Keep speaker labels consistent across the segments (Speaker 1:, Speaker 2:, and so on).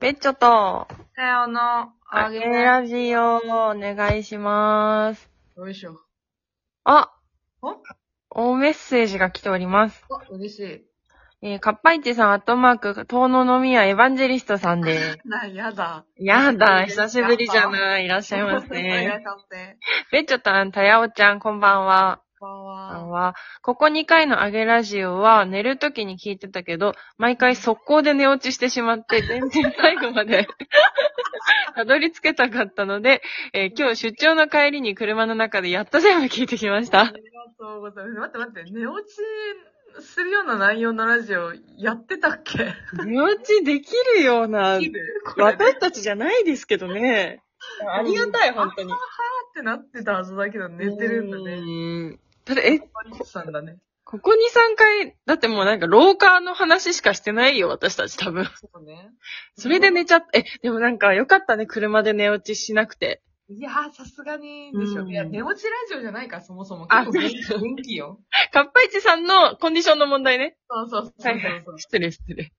Speaker 1: ベッチョと、
Speaker 2: さよの、
Speaker 1: あ
Speaker 2: あげ
Speaker 1: げ
Speaker 2: な
Speaker 1: ラジオをお願いします。
Speaker 2: よいしょ。
Speaker 1: あ
Speaker 2: お
Speaker 1: おメッセージが来ております。
Speaker 2: あ、嬉しい。
Speaker 1: えー、カッパイチさん、アットマーク、遠野宮エヴァンジェリストさんです。
Speaker 2: な、やだ。
Speaker 1: やだ、久しぶりじゃない。いらっしゃい ます
Speaker 2: いらっ
Speaker 1: ね。
Speaker 2: しゃって。
Speaker 1: ベッチョとあん、たやおちゃん、こんばんは。
Speaker 2: こんば
Speaker 1: こ
Speaker 2: ん
Speaker 1: んばん
Speaker 2: は。
Speaker 1: は。ここ2回のあげラジオは、寝る時に聞いてたけど、毎回速攻で寝落ちしてしまって、全然最後まで、 たどり着けたかったので、えー今日出張の帰りに車の中でやっと全部聞いてきまし
Speaker 2: あ
Speaker 1: た
Speaker 2: り。がとうございます。待って待って、寝落ちするような内容のラジオ、やってたっけ
Speaker 1: 寝落ちできるような
Speaker 2: でき、るこれで、っ
Speaker 1: 私たちじゃないですけどね。ありがたい、本当に。
Speaker 2: てなってたはずだけど、寝てるんだ
Speaker 1: う
Speaker 2: ね。
Speaker 1: んただ、え、
Speaker 2: パリッチさんだね。
Speaker 1: ここ2、3回、だってもうなんか廊下の話しかしてないよ、私たち多分。
Speaker 2: そうね。
Speaker 1: それで寝ちゃった。え、でもなんか良かったね、車で寝落ちしなくて。
Speaker 2: いやー、さすがに、でし
Speaker 1: う
Speaker 2: ょ。
Speaker 1: ん
Speaker 2: いや、寝落ちラジオじゃないから、そもそも。
Speaker 1: あ
Speaker 2: 結構元気元気よ。
Speaker 1: カッパイチさんのコンディションの問題ね。
Speaker 2: そうそうそう
Speaker 1: はい
Speaker 2: そうそう。
Speaker 1: 失礼、失礼。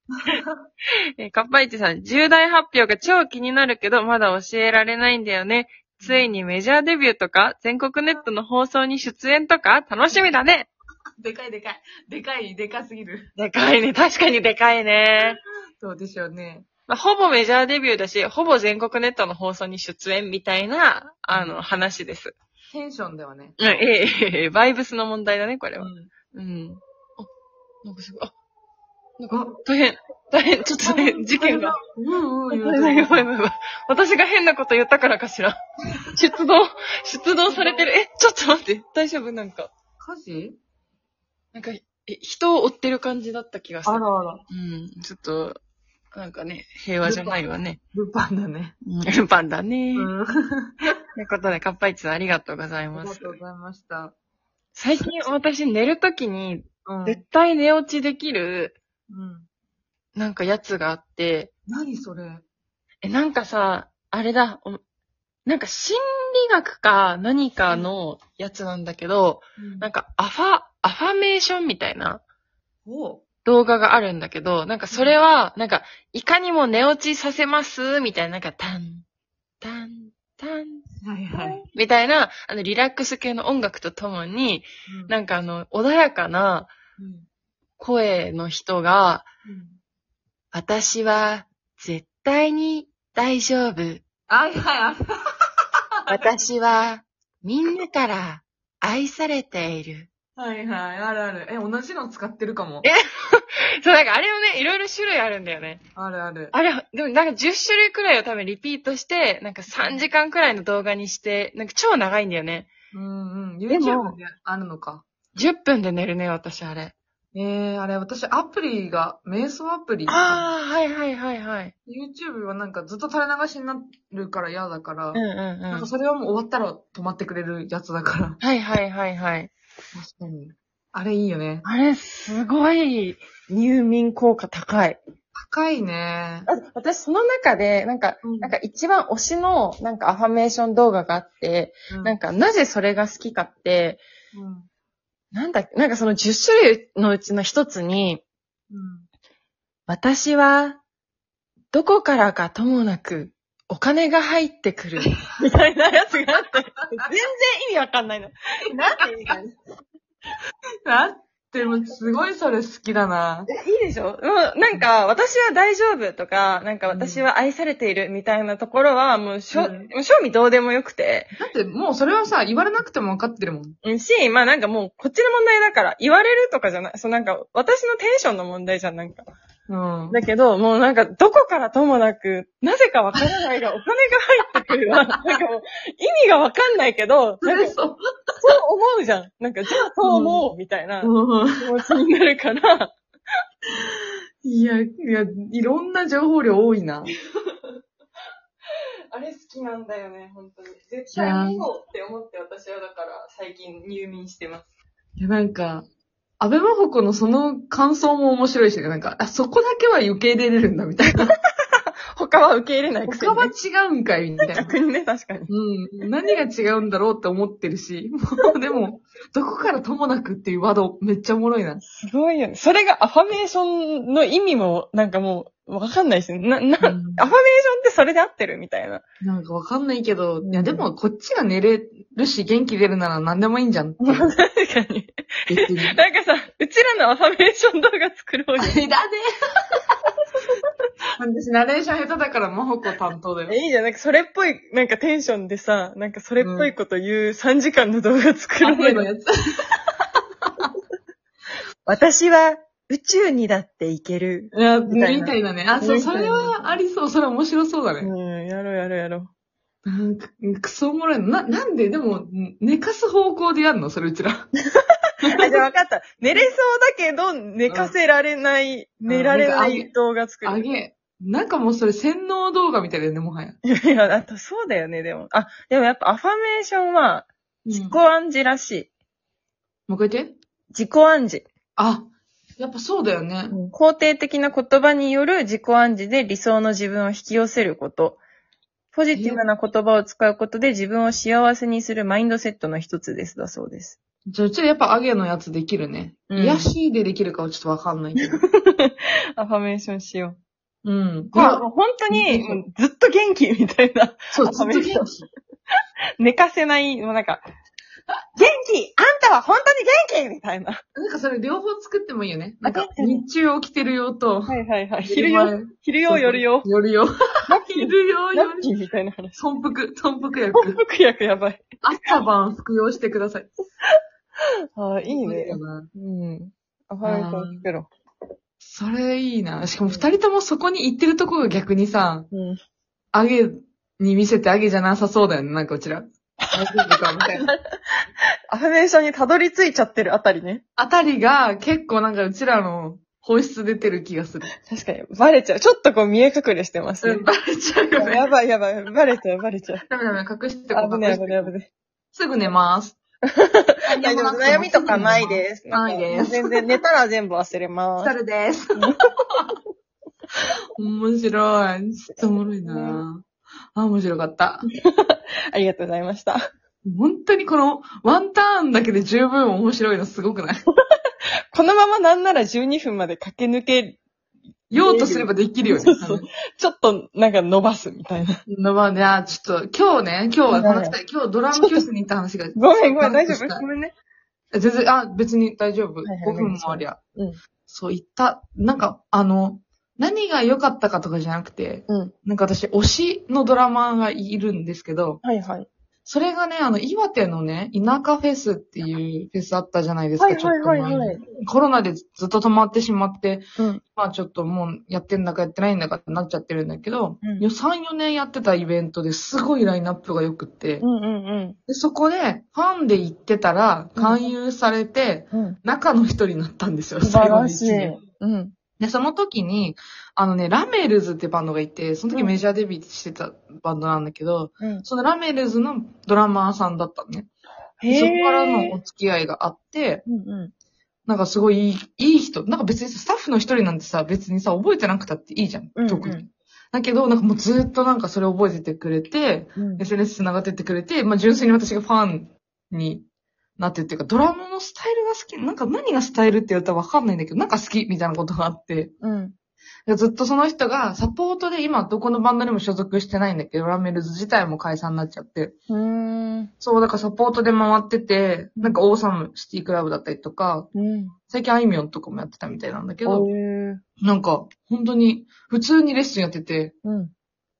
Speaker 1: えーカッパイチさん、重大発表が超気になるけど、まだ教えられないんだよね。ついにメジャーデビューとか、全国ネットの放送に出演とか、楽しみだね。
Speaker 2: でかいでかい。でかい、でかすぎる。
Speaker 1: でかいね。確かにでかいね。
Speaker 2: そうでしょうね。
Speaker 1: まあ、ほぼメジャーデビューだし、ほぼ全国ネットの放送に出演みたいな、あの、話です。
Speaker 2: テンションではね。
Speaker 1: うん、ええええええバイブスの問題だね、これ
Speaker 2: う
Speaker 1: は。
Speaker 2: ん。
Speaker 1: うん。あ、なんかすごい、あ、なん
Speaker 2: あ
Speaker 1: か、大変、大変、ちょっとね、 事件が。。
Speaker 2: うんうん、
Speaker 1: やばいや ばいやばいやばい私が変なこと言ったからかしら。 出動、出動されてる。え、ちょっと待って、大丈夫なんか、
Speaker 2: 火事
Speaker 1: なんか、え人を追ってる感じだった気がす
Speaker 2: あ
Speaker 1: る。
Speaker 2: らあら。
Speaker 1: うん、ちょっと、なんかね、平和じゃないわね。
Speaker 2: ルパンだね。
Speaker 1: ルパンだね。と、
Speaker 2: うん。あ
Speaker 1: いうことで、カッパイチさんありがとうござい
Speaker 2: り
Speaker 1: ま
Speaker 2: が
Speaker 1: す
Speaker 2: と。うございました。
Speaker 1: 最近私寝るときに、
Speaker 2: うん。う
Speaker 1: 絶対寝落ちできる、
Speaker 2: ん。
Speaker 1: なんかやつがあって、
Speaker 2: 何それ
Speaker 1: え、なんかさ、あれだ、おなんか心理学か何かのやつなんだけど、なんかアファ、アファメーションみたいな
Speaker 2: お
Speaker 1: 動画があるんだけど、なんかそれは、なんか、いかにも寝落ちさせます、みたいな、なんか、タン、タン、タン、
Speaker 2: はいはい。
Speaker 1: みたいな、あの、リラックス系の音楽とともに、
Speaker 2: んか、
Speaker 1: なんかあの、穏やかな
Speaker 2: うん
Speaker 1: 声の人が、
Speaker 2: うん
Speaker 1: 私は絶対に大丈夫。
Speaker 2: はいはい。
Speaker 1: 私は、みんなから愛されている。
Speaker 2: はいはい。あるある。え、同じの使ってるかも。
Speaker 1: えそう、なんかあれもね、いろいろ種類あるんだよね。
Speaker 2: あるある。
Speaker 1: あれ、でもなんか10種類くらいを多分リピートして、なんか3時間くらいの動画にして、なんか超長いんだよね。
Speaker 2: うんうん。
Speaker 1: でも
Speaker 2: YouTube であるのか。
Speaker 1: 10分で寝るね、私あれ。
Speaker 2: えー、あれ、私、アプリが、瞑想アプリ。
Speaker 1: ああ、はいはいはいはい。
Speaker 2: YouTube はなんかずっと垂れ流しになるから嫌だから、
Speaker 1: うんうん
Speaker 2: な
Speaker 1: う
Speaker 2: んか
Speaker 1: ん。
Speaker 2: それはもう終わったら止まってくれるやつだから。
Speaker 1: はいはいはいはい。
Speaker 2: 確かに。あれいいよね。
Speaker 1: あれ、すごい入眠効果高い。
Speaker 2: 高いね。
Speaker 1: 私その中で、なんか、
Speaker 2: うん
Speaker 1: なんか一番推しの、なんかアファメーション動画があって、なん
Speaker 2: か、
Speaker 1: かなぜそれが好きかって、
Speaker 2: うん。
Speaker 1: なんだっけ、なんかその10種類のうちの一つに、
Speaker 2: うん
Speaker 1: 私は、どこからかともなく、お金が入ってく る。みたいなやつがあって、全然意味わかんないの。なんて意味がいい
Speaker 2: だって、もうすごいそれ好きだな。
Speaker 1: いでしょもうなんか、私は大丈夫とか、なんか私は愛されているみたいなところは、もう、しょ、
Speaker 2: うん
Speaker 1: もう正味どうでもよくて。
Speaker 2: だって、もうそれはさ、言われなくても分かってるもん。
Speaker 1: うんし、まあなんかもう、こっちの問題だから、言われるとかじゃない、そうなんか、私のテンションの問題じゃん、なんか。
Speaker 2: うん。
Speaker 1: だけど、もうなんか、どこからともなく、なぜかわからないが、お金が入ってくる わ。なんかもう、意味がわかんないけど、
Speaker 2: そ
Speaker 1: なんか
Speaker 2: れ、そう。
Speaker 1: そう思うじゃん。なんか、じゃあそう思う、みたいな
Speaker 2: うん
Speaker 1: 気持ちになるから、
Speaker 2: いや、いや、いろんな情報量多いな。
Speaker 1: あれ好きなんだよね、本当に。絶
Speaker 2: 対見
Speaker 1: ようって思って、私はだから、最近入眠してます。
Speaker 2: いや、なんか、安倍真帆子のその感想も面白いしね、なんか、あ、そこだけは受け入れれるんだ、みたいな。
Speaker 1: 他は受け入れないくせに
Speaker 2: 他
Speaker 1: ね、
Speaker 2: は違うんかい、みたいな。
Speaker 1: 逆にね、確かに。
Speaker 2: うん。何が違うんだろうって思ってるし。 もうでも、どこからともなくっていうワードめっちゃおもろいな。
Speaker 1: すごいよね。それがアファメーションの意味も、なんかもわかんないし、な、な、アファメーショ
Speaker 2: う
Speaker 1: ンっ
Speaker 2: ん
Speaker 1: てそれで合ってるみたいな。
Speaker 2: なんかわかんないけど、いやでもこっちが寝れるし元気出るなら何でもいいんじゃんって。
Speaker 1: 確かに。
Speaker 2: 別 に。
Speaker 1: なんかさ、うちらのアファメーション動画作ろうよ。
Speaker 2: いらねえ。 私、ナレーション下手だから、マホコ担当だよ。
Speaker 1: いいじゃん、なんかそれっぽい、なんかテンションでさ、なんかそれっぽいこと言う3時間の動画作ろう
Speaker 2: 雨
Speaker 1: よ
Speaker 2: の。やつ。
Speaker 1: 私は宇宙にだって行ける。
Speaker 2: いや、み
Speaker 1: みた
Speaker 2: た
Speaker 1: いない
Speaker 2: だね。あ、そう、
Speaker 1: みた
Speaker 2: そ
Speaker 1: いな
Speaker 2: れはありそう。それ面白そうだ
Speaker 1: う
Speaker 2: ね。
Speaker 1: ん、やろうやろうやろ
Speaker 2: なんか、クソおもろいの。な、なんで、でも、ん寝かす方向でやんのそれうちら。
Speaker 1: う。あ、じゃあ分かった。寝れそうだけど、寝かせられない、
Speaker 2: ん
Speaker 1: 寝られな
Speaker 2: なんかあ
Speaker 1: い動画作
Speaker 2: あ
Speaker 1: る。
Speaker 2: げ。なんかもうそれ洗脳動画みたいだよね、もはや。
Speaker 1: いやいや、あとそうだよね、でも。あ、でもやっぱアファメーションは、
Speaker 2: うん
Speaker 1: 自己暗示らしい。
Speaker 2: もう一回言って。
Speaker 1: 自己暗示。
Speaker 2: あ、やっぱそうだよね。
Speaker 1: 肯定的な言葉による自己暗示で理想の自分を引き寄せること。ポジティブな言葉を使うことで自分を幸せにするマインドセットの一つです。だそうです。
Speaker 2: じゃあ、うちらやっぱあげのやつできるね。
Speaker 1: うん
Speaker 2: 癒やしでできるかはちょっとわかんない けど。
Speaker 1: アファメーションしよ
Speaker 2: うん。
Speaker 1: う。まあ、もう本当に、
Speaker 2: うん
Speaker 1: もうずっと元気みたいな。
Speaker 2: そう、ずっと元気。
Speaker 1: 寝かせない、もうなんか、元気あんたは本当に元気みたいな。
Speaker 2: なんかそれ両方作ってもいいよね。なんか
Speaker 1: 作、ってね
Speaker 2: 日中起きてるよと、
Speaker 1: はいはいはい。昼よ、昼よ、夜よ。
Speaker 2: 夜よ。
Speaker 1: ラッキー、
Speaker 2: 昼よ、
Speaker 1: ラ
Speaker 2: 夜
Speaker 1: ッキーみたいな話。
Speaker 2: 損服、損服
Speaker 1: 幸
Speaker 2: 薬。
Speaker 1: 福薬やばい。
Speaker 2: 朝晩服用してください。
Speaker 1: ああ、いい
Speaker 2: そうだ
Speaker 1: ね
Speaker 2: よ。な
Speaker 1: うん。アファメーション作ろ
Speaker 2: それいいな。しかも二人ともそこに行ってるとこが逆にさ、
Speaker 1: う。うん。
Speaker 2: あげに見せてあげじゃなさそうだよね。なんかうちら。大丈夫かみた いな。
Speaker 1: アファメーションにたどり着いちゃってるあたりね。
Speaker 2: あたりが結構なんかうちらの本質出てる気がする。
Speaker 1: 確かに、バレちゃう。ちょっとこう見え隠れしてますね。
Speaker 2: バレちゃうよね。
Speaker 1: やばいやばい、バレちゃう、バレちゃう。
Speaker 2: ダメダメ、隠してこ
Speaker 1: 危
Speaker 2: う。
Speaker 1: ねえ、
Speaker 2: 隠し
Speaker 1: 危
Speaker 2: て
Speaker 1: ねえ、危ね
Speaker 2: すぐ寝ます。
Speaker 1: え。大丈夫、悩みとかないです。
Speaker 2: ないです。
Speaker 1: 全然、寝たら全部忘れま
Speaker 2: タ
Speaker 1: す。
Speaker 2: ル です。面白い。ちょっとおもろいなあ、面白かった。
Speaker 1: ありがとうございました。
Speaker 2: 本当にこのワンターンだけで十分面白いのすごくない
Speaker 1: このままなんなら12分まで駆け抜け、
Speaker 2: 用とすればできるよね。
Speaker 1: そうそうちょっとなんか伸ばすみたいな。
Speaker 2: のまあね、あちょっと今日ね、今日は話したい。今日ドラム教室に行った話が。
Speaker 1: ごめんごめん、大丈夫ごめんね。
Speaker 2: え全然、あ、別に大丈夫。
Speaker 1: いはい
Speaker 2: 5分もありゃ。
Speaker 1: うん
Speaker 2: そう、言った。なんか、あの、何が良かったかとかじゃなくて、
Speaker 1: うん。
Speaker 2: なんか私、推しのドラマーがいるんですけど、
Speaker 1: はいはい。
Speaker 2: それがね、あの、岩手のね、田舎フェスっていうフェスあったじゃないですか、
Speaker 1: はいはいはい
Speaker 2: ちょっと前
Speaker 1: は
Speaker 2: に
Speaker 1: い。
Speaker 2: コロナでずっと止まってしまって、
Speaker 1: うん
Speaker 2: まあちょっともうやってんだかやってないんだかってなっちゃってるんだけど、
Speaker 1: うん
Speaker 2: よ3、4年やってたイベントですごいラインナップが良くって、
Speaker 1: うんうん
Speaker 2: でそこでファンで行ってたら勧誘されて、
Speaker 1: うん。うん。
Speaker 2: 中の一人になったんですよ、
Speaker 1: 素晴らし
Speaker 2: 最後の一
Speaker 1: い
Speaker 2: 年。
Speaker 1: うん。
Speaker 2: で、その時に、あのね、ラメルズってバンドがいて、その時メジャーデビューしてたバンドなんだけど、
Speaker 1: うん。
Speaker 2: そのラメルズのドラマーさんだったのね。でそこからのお付き合いがあって、
Speaker 1: うんうん。
Speaker 2: なんかすごいいいいい人。なんか別にさスタッフの一人なんてさ、別にさ、覚えてなくたっていいじゃん
Speaker 1: うんう。ん
Speaker 2: 特に。だけど、なんかもうずっとなんかそれ覚えててくれて、
Speaker 1: うん
Speaker 2: SNS 繋がってってくれて、まあ純粋に私がファンになってっていうか、ドラムのスタイルが好き。なんか何がスタイルって言ったらわかんないんだけど、なんか好きみたいなことがあって。
Speaker 1: うん。
Speaker 2: でずっとその人がサポートで今どこのバンドにも所属してないんだけど、ラメルズ自体も解散になっちゃって。
Speaker 1: うーん。
Speaker 2: そう、だからサポートで回ってて、なんかオーサムシティクラブだったりとか、
Speaker 1: うん。
Speaker 2: 最近あいみょんとかもやってたみたいなんだけ
Speaker 1: お
Speaker 2: ど、
Speaker 1: ー
Speaker 2: なんか、本当に、普通にレッスンやってて、
Speaker 1: うん。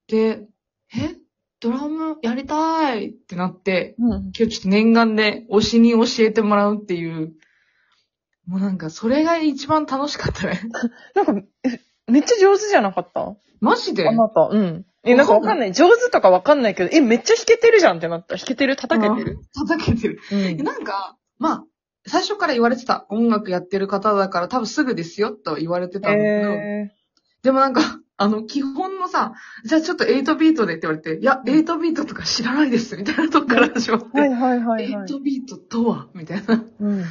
Speaker 2: で、えドラムやりたいってなって、
Speaker 1: うん。
Speaker 2: 今日ちょっと念願で推しに教えてもらうっていう、もうなんか、それが一番楽しかったね。
Speaker 1: なんか、えめっちゃ上手じゃなかった
Speaker 2: マジで
Speaker 1: あなた。うん。え、なんかわかんない。上手とかわかんないけど、え、めっちゃ弾けてるじゃんってなった。弾けてる叩けてる。
Speaker 2: 叩けてる。
Speaker 1: う
Speaker 2: で
Speaker 1: ん。
Speaker 2: なんか、まあ、最初から言われてた。音楽やってる方だから多分すぐですよと言われてたんだけど、
Speaker 1: え
Speaker 2: でもなんか、 あの、基本のさ、じゃあちょっと8ビートでって言われて、いや、8ビートとか知らないです、みたいなとこから始まって。
Speaker 1: ー。はいはいはいはい。
Speaker 2: 8ビートとはみたいな。
Speaker 1: うん。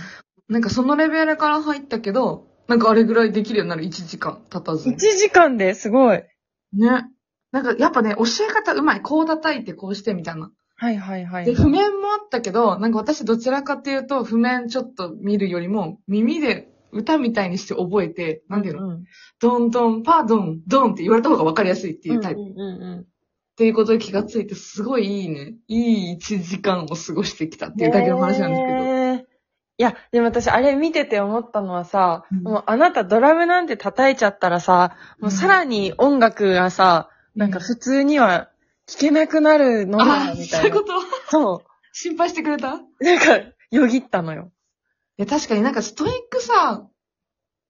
Speaker 2: なんかそのレベルから入ったけど、なんかあれぐらいできるようになる1時間経たず
Speaker 1: 1
Speaker 2: に。
Speaker 1: 時間ですごい。
Speaker 2: ね。なんかやっぱね、教え方うまい。こう叩いてこうしてみたいな。
Speaker 1: はいはいはい。
Speaker 2: で、譜面もあったけど、なんか私どちらかっていうと、譜面ちょっと見るよりも、耳で歌みたいにして覚えて、なんていうの、
Speaker 1: うん
Speaker 2: ドンドン、パードン、ドンって言われた方が分かりやすいっていうタイプ。っ
Speaker 1: うんうんうん。
Speaker 2: ていうことに気がついて、すごいいいね。いい1時間を過ごしてきたっていうだけの話なんですけど。
Speaker 1: けど。いや、でも私あれ見てて思ったのはさ、
Speaker 2: うん
Speaker 1: もうあなたドラムなんて叩いちゃったらさ、もうさらに音楽がさ、なんか普通には聴けなくなるの
Speaker 2: あ
Speaker 1: だ
Speaker 2: あ、
Speaker 1: み
Speaker 2: そ
Speaker 1: た
Speaker 2: うい
Speaker 1: いう
Speaker 2: こ
Speaker 1: な。
Speaker 2: と
Speaker 1: そ。
Speaker 2: 心配してくれたいう
Speaker 1: なんか、よぎったのよ。
Speaker 2: や、確かになんかストイックさ、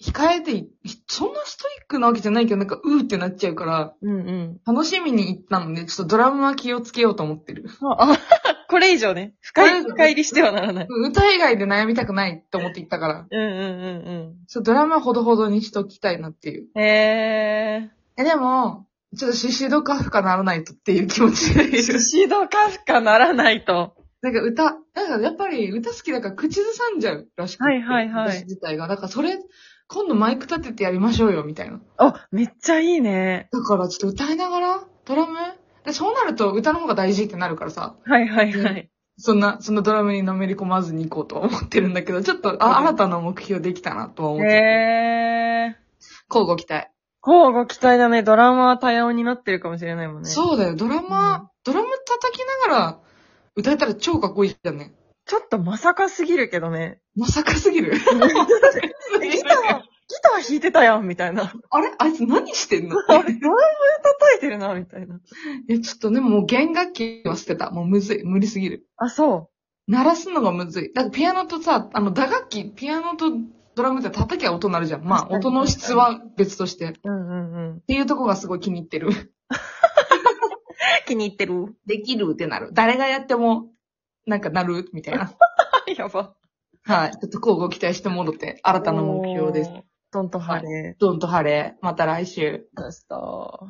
Speaker 2: 控えてい、そんなストイックなわけじゃないけど、なんかうーってなっちゃうから、
Speaker 1: うんうん。
Speaker 2: 楽しみに行ったので、ちょっとドラムは気をつけようと思ってる。
Speaker 1: あ、 これ以上ね。深い、
Speaker 2: これ以上
Speaker 1: 深入りしてはならない。
Speaker 2: うん歌以外で悩みたくないと思って行ったから、
Speaker 1: うんうんうん
Speaker 2: ちょっとドラムはほどほどにしときたいなっていう。
Speaker 1: うん。へ
Speaker 2: え、でも、ちょっとシシドカフカならないとっていう気持ちでい
Speaker 1: え。
Speaker 2: る。
Speaker 1: シドカフカならないと。
Speaker 2: なんか歌、なんかやっぱり歌好きだから口ずさんじゃうらしくて。
Speaker 1: はいはいはい
Speaker 2: 私自体が。だからそれ、今度マイク立ててやりましょうよ、みたいな。
Speaker 1: あ、めっちゃいいね。
Speaker 2: だからちょっと歌いながら、ドラムでそうなると歌の方が大事ってなるからさ、
Speaker 1: はいはいはい。
Speaker 2: そんな、そのドラムにのめり込まずに行こうとは思ってるんだけど、ちょっと、あ、新たな目標できたなとは思ってる。
Speaker 1: へえ。
Speaker 2: 交互期待。
Speaker 1: こうご期待だね。ドラマは多様になってるかもしれないもんね。う。
Speaker 2: そうだよ、ドラ
Speaker 1: う
Speaker 2: マ、
Speaker 1: ん
Speaker 2: ドラム叩きながら歌えたら超かっこいいじゃんね。
Speaker 1: ちょっとまさかすぎるけどね。
Speaker 2: まさかす ぎる。
Speaker 1: えギター、ギター弾いてたやん、みたいな。
Speaker 2: あれあいつ何してんの
Speaker 1: あれ、ドラム叩いてるな、みたいな。
Speaker 2: え、ちょっとね、もう弦楽器は捨てた。もうむずい。無理すぎる。
Speaker 1: あ、そ
Speaker 2: 鳴らすのがむずい。だからピアノとさ、あの、打楽器、ピアノとドラムって叩きゃ音鳴るじゃん。ま
Speaker 1: 確
Speaker 2: あ、
Speaker 1: かに
Speaker 2: 音の質は別として。っ
Speaker 1: う。うんうんうん。
Speaker 2: ていうとこがすごい気に入ってる。
Speaker 1: 気に入ってる。
Speaker 2: できるってなる。誰がやっても、なんか鳴る、みたい な。
Speaker 1: やば。
Speaker 2: はい。ちょっと交互期待してもろて、新たな目標です。。
Speaker 1: ドンと晴れ。
Speaker 2: ドンと晴れ。また来週。
Speaker 1: どうした